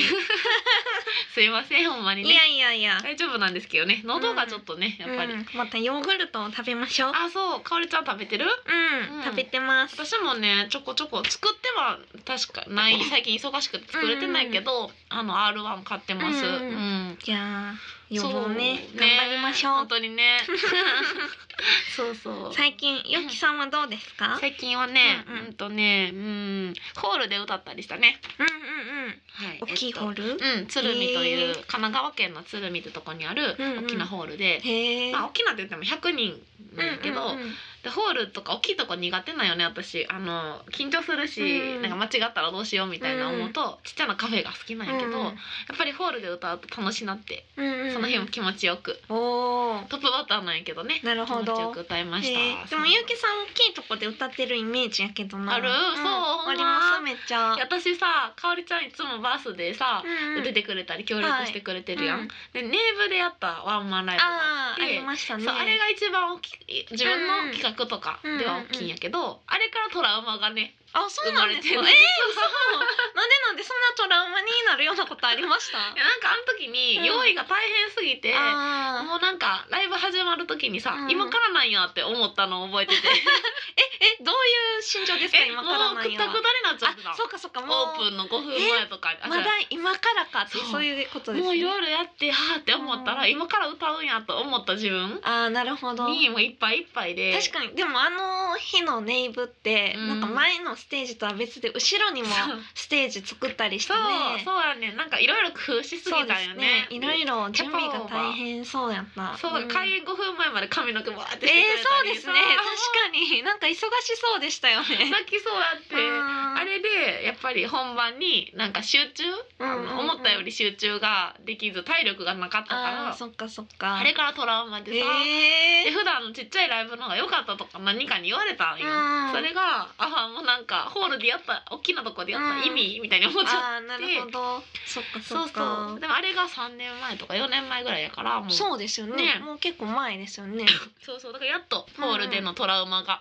Speaker 2: すいませんほんまに
Speaker 1: い
Speaker 2: ね
Speaker 1: やいやいや。
Speaker 2: 大丈夫なんですけどね喉がちょっとね、やっぱり、
Speaker 1: うん、またヨーグルトを食べましょう。
Speaker 2: あそうかおりちゃん食べてる
Speaker 1: うん、
Speaker 2: うん
Speaker 1: 食べてます。
Speaker 2: 私もねちょこちょこ作っては確か ない最近忙しくて作れてないけど、あの R1 買ってます、
Speaker 1: う
Speaker 2: うんん
Speaker 1: うんじゃあ予
Speaker 2: そう
Speaker 1: 防ね頑張りましょう
Speaker 2: 本。当 にねそうそう
Speaker 1: 最近よきさんはどうですか？
Speaker 2: 最近はね、
Speaker 1: う
Speaker 2: うんん
Speaker 1: うん
Speaker 2: とねうんホールで歌ったりしたね、
Speaker 1: うんうんうん。
Speaker 2: はい
Speaker 1: 大きいホ
Speaker 2: えっ
Speaker 1: ール？
Speaker 2: とうん、鶴見という、
Speaker 1: へー
Speaker 2: 神奈川県の鶴見ってとこにある
Speaker 1: うんうん
Speaker 2: 大きなホールで、
Speaker 1: へえ。
Speaker 2: まあ、大きなって言っても100人なんやけど、
Speaker 1: うんうんうん
Speaker 2: でホールとか大きいとこ苦手なんよね私あの緊張するし、
Speaker 1: うん
Speaker 2: なんか間違ったらどうしようみたいな思うと、ちっちゃなカフェが好きなんやけど、
Speaker 1: うん
Speaker 2: やっぱりホールで歌うと楽しなって
Speaker 1: うんうん
Speaker 2: その日も気持ちよく、
Speaker 1: おー
Speaker 2: トップバッターなんやけどね
Speaker 1: なるほど
Speaker 2: 気持ちよく歌いました、
Speaker 1: えーでもゆうきさん大きいとこで歌ってるイメージやけどな
Speaker 2: あるそうほんま
Speaker 1: ありますめっちゃ
Speaker 2: いや私さかおりちゃんいつもバースでさ、
Speaker 1: うんうん
Speaker 2: 出てくれたり協力してくれてるや
Speaker 1: は
Speaker 2: ん、
Speaker 1: い
Speaker 2: でネーブでやったワンマンライブが
Speaker 1: あーあ
Speaker 2: って
Speaker 1: りましたね
Speaker 2: そうあれが一番大きい自分の企画とかでは大きいんやけど、あれからトラウマがね
Speaker 1: あそう
Speaker 2: 生
Speaker 1: な
Speaker 2: ま
Speaker 1: ん
Speaker 2: れ
Speaker 1: です
Speaker 2: てる
Speaker 1: かえー、そうなんでなんでそんなトラウマになるようなことありました
Speaker 2: いやなんかあの時
Speaker 1: う
Speaker 2: に
Speaker 1: ん
Speaker 2: 用意が大変すぎて、
Speaker 1: あー
Speaker 2: もうなんかライブ始まる時にさ、
Speaker 1: うん
Speaker 2: 今からなんやって思ったのを覚え てて
Speaker 1: ええどういう心情ですか
Speaker 2: え
Speaker 1: 今
Speaker 2: も
Speaker 1: からな
Speaker 2: うく
Speaker 1: ん
Speaker 2: っ
Speaker 1: や
Speaker 2: たくたになっちゃってた
Speaker 1: あそうかそうかも
Speaker 2: オープ
Speaker 1: う
Speaker 2: ンの5分前とかにあ
Speaker 1: まだ今からかって
Speaker 2: そう
Speaker 1: そういうことですね
Speaker 2: もういろいろやってはあって思ったら、
Speaker 1: うん
Speaker 2: 今から歌うんやと思った自分
Speaker 1: あーなるほど
Speaker 2: にもういっぱいいっぱいで
Speaker 1: 確かにでもあの日のネイブって、
Speaker 2: うん
Speaker 1: なんか前のステージとは別で後ろにも
Speaker 2: そう
Speaker 1: ステージ作ったりして
Speaker 2: そう
Speaker 1: ね
Speaker 2: そうやねなんかいろいろ工夫しすぎ
Speaker 1: そうで
Speaker 2: た
Speaker 1: す
Speaker 2: よ
Speaker 1: ね
Speaker 2: ね
Speaker 1: いろいろ準備が大変そうやった
Speaker 2: そう、
Speaker 1: ん
Speaker 2: 開演5分前まで髪の毛わーっ
Speaker 1: え
Speaker 2: て
Speaker 1: ー
Speaker 2: してくれた
Speaker 1: そう
Speaker 2: り
Speaker 1: です
Speaker 2: さ
Speaker 1: ね確かになんか忙しそうでしたよね
Speaker 2: さっきそうやって
Speaker 1: あ
Speaker 2: あれでやっぱり本番になんか集中、あ
Speaker 1: うんうんうん
Speaker 2: の思ったより集中ができず体力がなかったから
Speaker 1: あー
Speaker 2: あ
Speaker 1: そっかそっか
Speaker 2: れからトラウマでさ、
Speaker 1: え
Speaker 2: で
Speaker 1: ー
Speaker 2: 普段のちっちゃいライブの方が良かったとか何かに言われたんよ、
Speaker 1: うん
Speaker 2: それがあもうなんかホールでやった大きなとこでやった意味、みたいに思っちゃ
Speaker 1: あーなるほどそっか
Speaker 2: う
Speaker 1: そ
Speaker 2: そ
Speaker 1: っ
Speaker 2: う
Speaker 1: か
Speaker 2: そうでもあれが3年前とか4年前ぐらいやからもう
Speaker 1: そうですよね
Speaker 2: ね
Speaker 1: もう結構前ですよ ね
Speaker 2: そうそうだからやっとホールでのトラウマが、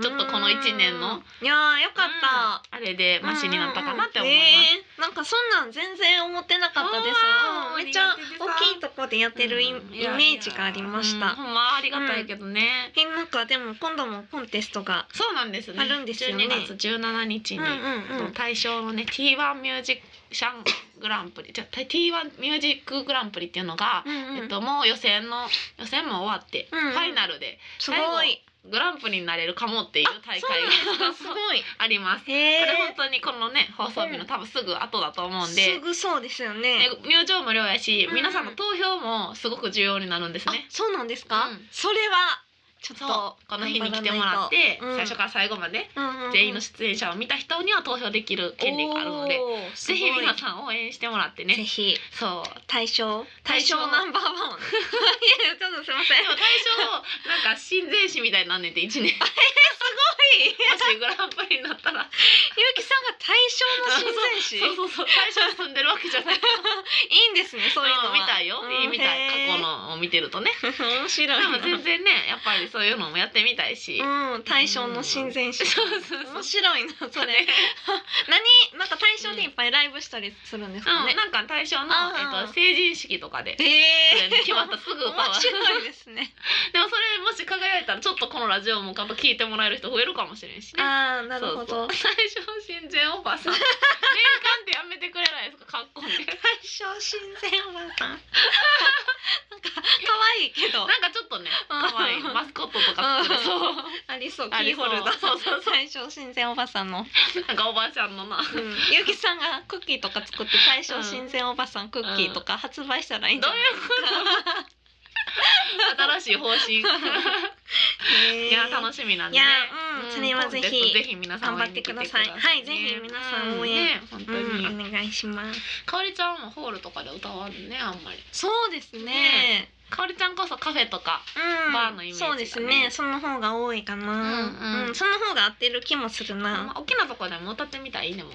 Speaker 2: ちょっとこの
Speaker 1: うん
Speaker 2: 一年の
Speaker 1: いやーよかった、
Speaker 2: うんあれでマシになったかなって思い
Speaker 1: うん
Speaker 2: ます、
Speaker 1: うんうんえーなんかそんなん全然思ってなかったです
Speaker 2: あー
Speaker 1: うんめっちゃ
Speaker 2: ありがたいです
Speaker 1: 大きいとこでやってるイ,、
Speaker 2: うんい
Speaker 1: イ
Speaker 2: や
Speaker 1: メージがありまし
Speaker 2: いや
Speaker 1: た、
Speaker 2: うんほんまありがたいけどね、
Speaker 1: えなんかでも今度もコンテストが、
Speaker 2: そうなんですね
Speaker 1: あるんですよね
Speaker 2: 12月17日に、
Speaker 1: うんうんうん
Speaker 2: 大賞のね T1 ミュージシャングランプリじゃ T1 ミュージックグランプリっていうのが、
Speaker 1: うんうん
Speaker 2: えっと、もう予選の予選も終わって、
Speaker 1: うんうん
Speaker 2: ファイナルです
Speaker 1: ごい
Speaker 2: グランプリになれるかもっていう大会
Speaker 1: そうなん
Speaker 2: が
Speaker 1: ですかすごい
Speaker 2: あります。
Speaker 1: へ
Speaker 2: こ
Speaker 1: え
Speaker 2: れ本当にこのね放送日の多分すぐ後だと思うんで、
Speaker 1: すぐそうですよね
Speaker 2: で入場無料やし、
Speaker 1: うん
Speaker 2: 皆さんの投票もすごく重要になるんです
Speaker 1: あ
Speaker 2: ね。
Speaker 1: そうなんですか、
Speaker 2: うん
Speaker 1: それはちょっ
Speaker 2: そう
Speaker 1: と
Speaker 2: この日に来てもらっ
Speaker 1: 頑張らな
Speaker 2: て、
Speaker 1: いとうん
Speaker 2: 最初から最後まで
Speaker 1: うんうんうん
Speaker 2: 全員の出演者を見た人には投票できる権利があるので、
Speaker 1: おーす
Speaker 2: ぜ
Speaker 1: ごい
Speaker 2: ひ皆さん応援してもらって
Speaker 1: ぜ
Speaker 2: ね。
Speaker 1: ひ
Speaker 2: そう
Speaker 1: 対象対
Speaker 2: 対象
Speaker 1: 象ナンバーワン をねいやちょっとすいません
Speaker 2: でも対象なんか親善師みたいになんねんって一年もし
Speaker 1: はいゆう
Speaker 2: グランプリになったら
Speaker 1: きさんが対象の親善師
Speaker 2: そうそうそう対象に住んでるわけじ ゃない
Speaker 1: いいんですね、そういうのは。
Speaker 2: 見たいよ、
Speaker 1: うん
Speaker 2: いいみたい
Speaker 1: へー
Speaker 2: 過去のを見てるとね
Speaker 1: 面
Speaker 2: で
Speaker 1: 白いな。
Speaker 2: も全然ねやっぱりそういうのもやってみたいし、
Speaker 1: うん、大将の親善師。
Speaker 2: そうそうそう
Speaker 1: 面白いな、それ。 何、なんか大将でいっぱいライブしたりするんですか
Speaker 2: うん、
Speaker 1: ね。
Speaker 2: なんか対象の、
Speaker 1: あー
Speaker 2: えっと、成人式とかで
Speaker 1: え
Speaker 2: それ
Speaker 1: え
Speaker 2: に決まったすぐ歌わ
Speaker 1: 面白いですね。
Speaker 2: でもそれもし輝いたらちょっとこのラジオも頑張って聞いてもらえる人増えるかもしれんし ね
Speaker 1: ああ、なるほ
Speaker 2: そ
Speaker 1: ど。
Speaker 2: うそう最初新人オーバー さん年間ってやめてくれないですかかっこんで
Speaker 1: 大将親善おばあさん。なんか、可愛いけど。
Speaker 2: なんかちょっとね可愛いマスコットとか作れそう
Speaker 1: ありそう、キ
Speaker 2: あり
Speaker 1: ー
Speaker 2: そ
Speaker 1: ホ
Speaker 2: う
Speaker 1: ルダー。
Speaker 2: そうそうそう
Speaker 1: 大将親善おばさんの。
Speaker 2: なんかおばあちゃんのなどう
Speaker 1: うん、ゆうきさんがクッキーとか作って、大将親善おばさんクッキーとか発売したらいい
Speaker 2: い
Speaker 1: ん
Speaker 2: う
Speaker 1: じゃない。
Speaker 2: こと新しい方針 い
Speaker 1: へー
Speaker 2: や楽しみなんでね
Speaker 1: いやうんそれはぜひ
Speaker 2: コンテストぜひ皆さん応援に来て
Speaker 1: 頑張ってくださいはいぜひ皆さん応援
Speaker 2: うね本当に、
Speaker 1: うん、お願いします。
Speaker 2: かおりちゃんもホールとかで歌わんねあんまり
Speaker 1: そうですね
Speaker 2: ね。かおりちゃんこそカフェとか
Speaker 1: うん、
Speaker 2: バーのイメージがね
Speaker 1: そうですね。その方が多いかな。
Speaker 2: うんうん
Speaker 1: その方が合ってる気もする
Speaker 2: ま
Speaker 1: な。
Speaker 2: あ大きなとこでも歌ってみたらいいでも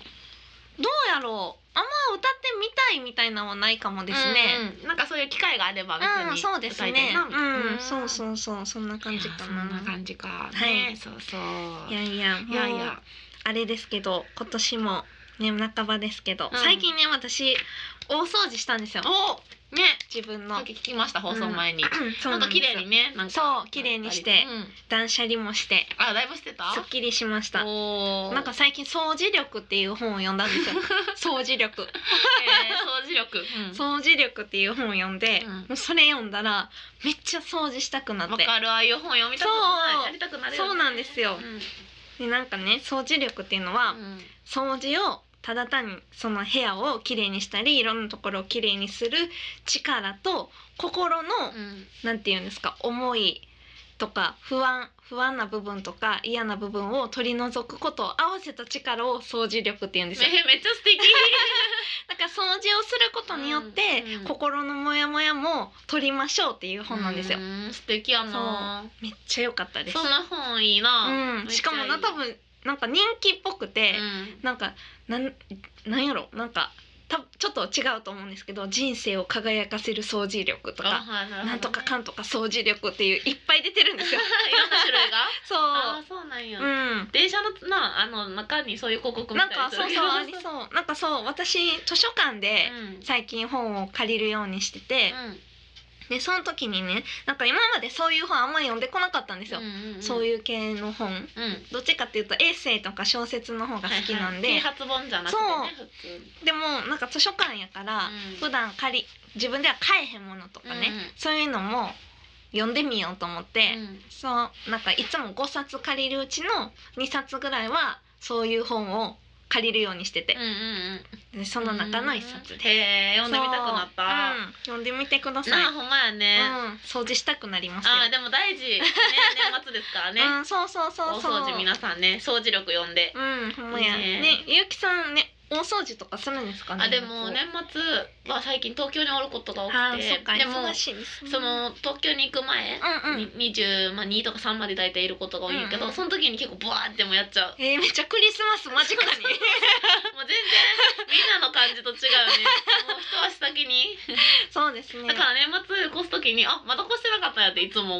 Speaker 1: どうやろう。あんま歌ってみたいみたいなのはないかもですね。、
Speaker 2: うんうんなんかそういう機会があれば別
Speaker 1: うん、
Speaker 2: に
Speaker 1: そうです
Speaker 2: 歌いたい
Speaker 1: ね
Speaker 2: な。みたいな
Speaker 1: うん、そう
Speaker 2: う
Speaker 1: そうそう、そんな感じか
Speaker 2: そんな
Speaker 1: な。
Speaker 2: 感じかね、
Speaker 1: はい
Speaker 2: そうそう
Speaker 1: いやいや、もう
Speaker 2: いやいや
Speaker 1: あれですけど、今年もね半ばですけど、
Speaker 2: うん
Speaker 1: 最近ね私大掃除したんですよ。
Speaker 2: おね
Speaker 1: 自分の
Speaker 2: さっ。き聞きました放送前に、
Speaker 1: そ
Speaker 2: なんか綺麗にねなんか
Speaker 1: そう綺麗にして
Speaker 2: うん
Speaker 1: 断捨離もして
Speaker 2: あだいぶしてた
Speaker 1: すっきりしました
Speaker 2: おー
Speaker 1: なんか最近掃除力っていう本を読んだんですよ 掃除力
Speaker 2: えー掃 除力、うん
Speaker 1: 掃除力っていう本を読んで、
Speaker 2: うん
Speaker 1: もうそれ読んだらめっちゃ掃除したくなっ
Speaker 2: わ
Speaker 1: て
Speaker 2: かるああいう本読みたくな
Speaker 1: そう
Speaker 2: いやりたくなるよね
Speaker 1: そうなんですよ
Speaker 2: うん
Speaker 1: でなんかね掃除力っていうのは、
Speaker 2: うん
Speaker 1: 掃除をただ単にその部屋をきれいにしたりいろんなところをきれいにする力と心の、
Speaker 2: うん
Speaker 1: なんていうんですか思いとか不安不安な部分とか嫌な部分を取り除くことを合わせた力を掃除力って言うんですよ。
Speaker 2: めっちゃ素敵
Speaker 1: だから掃除をすることによって、
Speaker 2: うんうん
Speaker 1: 心のモヤモヤも取りましょうっていう本なんですよ。
Speaker 2: うん素敵やな
Speaker 1: めっちゃ良かったです。
Speaker 2: そんな本いいな、
Speaker 1: うん、しかもな多分なんか人気っぽくて、なんかなんなんやろなんかたちょっと違うと思うんですけど人生を輝かせる掃除力と
Speaker 2: と。
Speaker 1: か、なんとかかんとか掃除力っていういっぱい出てるんですよ
Speaker 2: いろんな種類が
Speaker 1: そう
Speaker 2: ああそうなんや、
Speaker 1: うん
Speaker 2: 電車のなあの中にそういう広告みた
Speaker 1: ないんか
Speaker 2: な
Speaker 1: そうそうありそうなんかそう私図書館で
Speaker 2: うん
Speaker 1: 最近本を借りるようにしてて、でその時にねなんか今までそういう本あんまり読んでこなかったんですよ、そう
Speaker 2: う
Speaker 1: いう系の本
Speaker 2: ん、うん
Speaker 1: どっちかっていうとエッセイとか小説の方が好きなんで、
Speaker 2: はいはい啓発本じゃなくてね
Speaker 1: そう
Speaker 2: 普通に
Speaker 1: でもなんか図書館やから、
Speaker 2: うん
Speaker 1: 普段借り自分では買えへんものとかね、
Speaker 2: うんうん
Speaker 1: そういうのも読んでみようと思って、
Speaker 2: うん
Speaker 1: そうなんかいつも5冊借りるうちの2冊ぐらいはそういう本を借りるようにしてて
Speaker 2: う、んうん
Speaker 1: でそ
Speaker 2: うん
Speaker 1: の中の1冊で、
Speaker 2: へえ読んでみたくなった、
Speaker 1: そううん、読んでみてください、
Speaker 2: なあほんまやね、
Speaker 1: うん、掃除したくなりますよ
Speaker 2: ああでも大事ね年末ですからね、
Speaker 1: うん、そうそうそうそう
Speaker 2: 大掃除皆さんね掃除力読んで、
Speaker 1: うんほんまや
Speaker 2: いい
Speaker 1: ね
Speaker 2: ね
Speaker 1: ゆうきさんね大掃除とかするんですかね
Speaker 2: あでも年末は最近東京におることが多
Speaker 1: あ
Speaker 2: く
Speaker 1: ーそってか
Speaker 2: でも
Speaker 1: 忙しいですね
Speaker 2: その東京に行く前、
Speaker 1: うんうん
Speaker 2: に22、まあ、2とか3まで大体いることが多いんやけ
Speaker 1: うん
Speaker 2: ど、
Speaker 1: うん
Speaker 2: その時に結構ブワーってもうやっちゃうもう
Speaker 1: えー、めっちゃクリスマス間近に
Speaker 2: 全然みんなの感じと違うねもう一足先に、
Speaker 1: そうですね
Speaker 2: だから年末越す時にあまだ越してなかったんやっていつも思う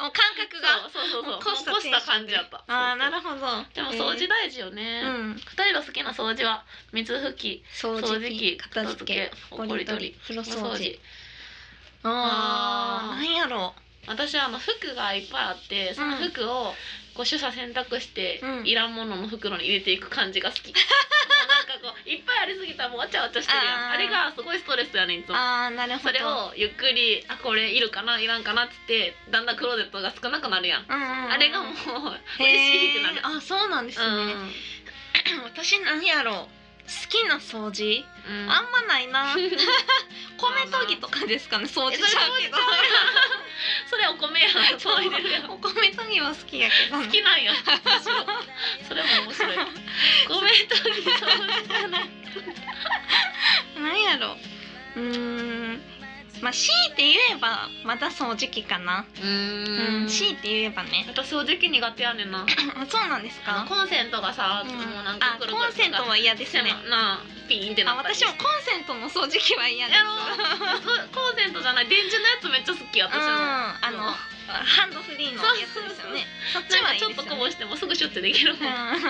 Speaker 1: もう感覚が
Speaker 2: そうそうそう
Speaker 1: こ
Speaker 2: そうもう越した感じやった
Speaker 1: ああな
Speaker 2: ほ
Speaker 1: るほど
Speaker 2: でも掃除
Speaker 1: だ、
Speaker 2: 大事よ
Speaker 1: え
Speaker 2: ね、
Speaker 1: ーうん
Speaker 2: 二人の好きな掃除は水拭き
Speaker 1: 掃除
Speaker 2: 掃
Speaker 1: 機
Speaker 2: 除機
Speaker 1: 片付け
Speaker 2: 片付け
Speaker 1: ゴリ取
Speaker 2: ゴリ取
Speaker 1: り
Speaker 2: り
Speaker 1: 風呂
Speaker 2: お
Speaker 1: 掃除
Speaker 2: 掃除
Speaker 1: あ
Speaker 2: あ
Speaker 1: あ
Speaker 2: ー
Speaker 1: なんやろ
Speaker 2: 私あの服がいっぱいあってその服をこう取捨選択して、
Speaker 1: うん
Speaker 2: いらんものの袋に入れていく感じが 好きもうなんかこういっぱいありすぎたらもうわちゃわちゃしてるやん
Speaker 1: あー
Speaker 2: あれがすごいストレスやねんいつ
Speaker 1: う
Speaker 2: も
Speaker 1: ああなるほど
Speaker 2: それをゆっくりあこれいるかないらんかなっつってだんだんクローゼットが少なくなるやん、
Speaker 1: うんうんうん
Speaker 2: あれがもう
Speaker 1: へ
Speaker 2: 嬉しいってな
Speaker 1: ー
Speaker 2: る
Speaker 1: あそうなんですね、私なんやろ好きな掃除、
Speaker 2: うん、うん
Speaker 1: あんまないな米
Speaker 2: え
Speaker 1: 研ぎとかですかね掃除
Speaker 2: それ
Speaker 1: しちゃうけど
Speaker 2: 掃除ちゃうやん それお米やんそう入れるやん
Speaker 1: お米研ぎは好きやけどな
Speaker 2: 好きなん や私はそれも面白いごめんとにそうじゃない
Speaker 1: なんやろうーんまあ強いて言えばまだ掃除機かなう
Speaker 2: う
Speaker 1: ん
Speaker 2: ん
Speaker 1: 強いて言えばね
Speaker 2: 私掃除機苦手やねんな
Speaker 1: あそうなんです
Speaker 2: あ
Speaker 1: か
Speaker 2: のコンセントがさ、
Speaker 1: うん
Speaker 2: もうなんか
Speaker 1: あ
Speaker 2: くるくる
Speaker 1: コンセントは嫌です
Speaker 2: せ
Speaker 1: ね
Speaker 2: ななピーンって
Speaker 1: あ
Speaker 2: なったり
Speaker 1: 私もコンセントの掃除機は嫌です
Speaker 2: やろそうコンセントじゃない電池のやつめっちゃ好き
Speaker 1: うん
Speaker 2: 私も
Speaker 1: あのハンドフリーのやつですよねそっち
Speaker 2: な
Speaker 1: は
Speaker 2: んか
Speaker 1: いい
Speaker 2: ちょっ
Speaker 1: ですよ
Speaker 2: とこ
Speaker 1: ね
Speaker 2: ぼしてもすぐシュッてできるもん、
Speaker 1: うんね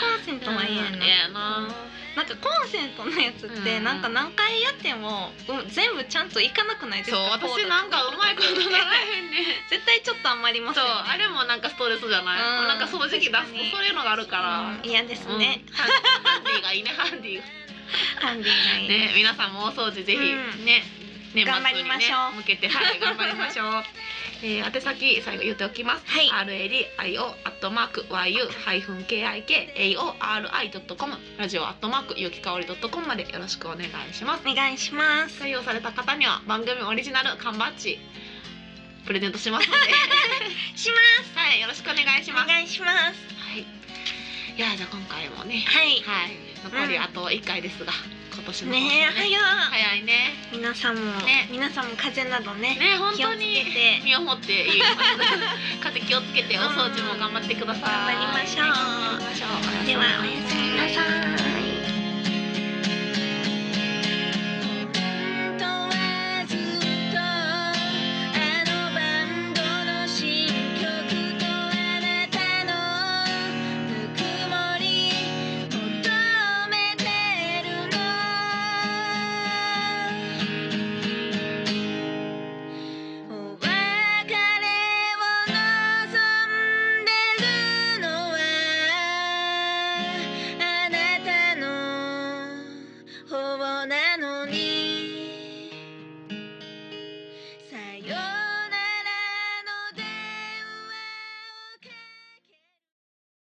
Speaker 1: コンセントは嫌や
Speaker 2: うん
Speaker 1: ね
Speaker 2: やな
Speaker 1: なんかコンセントのやつって
Speaker 2: うん
Speaker 1: なんか何回やってもうん全部ちゃんといかなくないです
Speaker 2: そう
Speaker 1: かこだ
Speaker 2: 私
Speaker 1: と
Speaker 2: なんかうまいことならへんね
Speaker 1: 絶対ちょっと余ります
Speaker 2: そう
Speaker 1: よね
Speaker 2: あれもなんかストレスじゃない、
Speaker 1: うん
Speaker 2: なんか掃除機出すとそういうのがあるから、
Speaker 1: うん嫌ですね、
Speaker 2: うんハンハンディがいいねハンディが
Speaker 1: ハンディがいい、
Speaker 2: ね皆さんも大掃除ぜひ、
Speaker 1: うん
Speaker 2: ね年末にね
Speaker 1: 頑張りましょう
Speaker 2: 向けてはい頑張り ましょうえー、宛先最後言っておきます、
Speaker 1: はい
Speaker 2: RADIO アットマーク YU-KIKAORI.com ラジオアットマークゆきかおり .com までよろしくお願いします
Speaker 1: お願いします
Speaker 2: 採用された方には番組オリジナル缶バッジプレゼントしますの で
Speaker 1: しま
Speaker 2: はいよろしくお願いします
Speaker 1: すお願いします
Speaker 2: はい。いやじゃあ今回もね、
Speaker 1: はい
Speaker 2: はい、残りあと一回ですが、今年の
Speaker 1: ねえ
Speaker 2: 放送
Speaker 1: 早い、
Speaker 2: 早いね。
Speaker 1: 皆さんも、
Speaker 2: ね
Speaker 1: 皆さんも風邪などね
Speaker 2: ね本
Speaker 1: 気を
Speaker 2: 当
Speaker 1: つけ
Speaker 2: に
Speaker 1: て
Speaker 2: 身をもって言い ます。風気をつけてお掃除も頑張ってください。
Speaker 1: 頑張りましょう
Speaker 2: はい頑張りましょう。
Speaker 1: ではおやすみなさい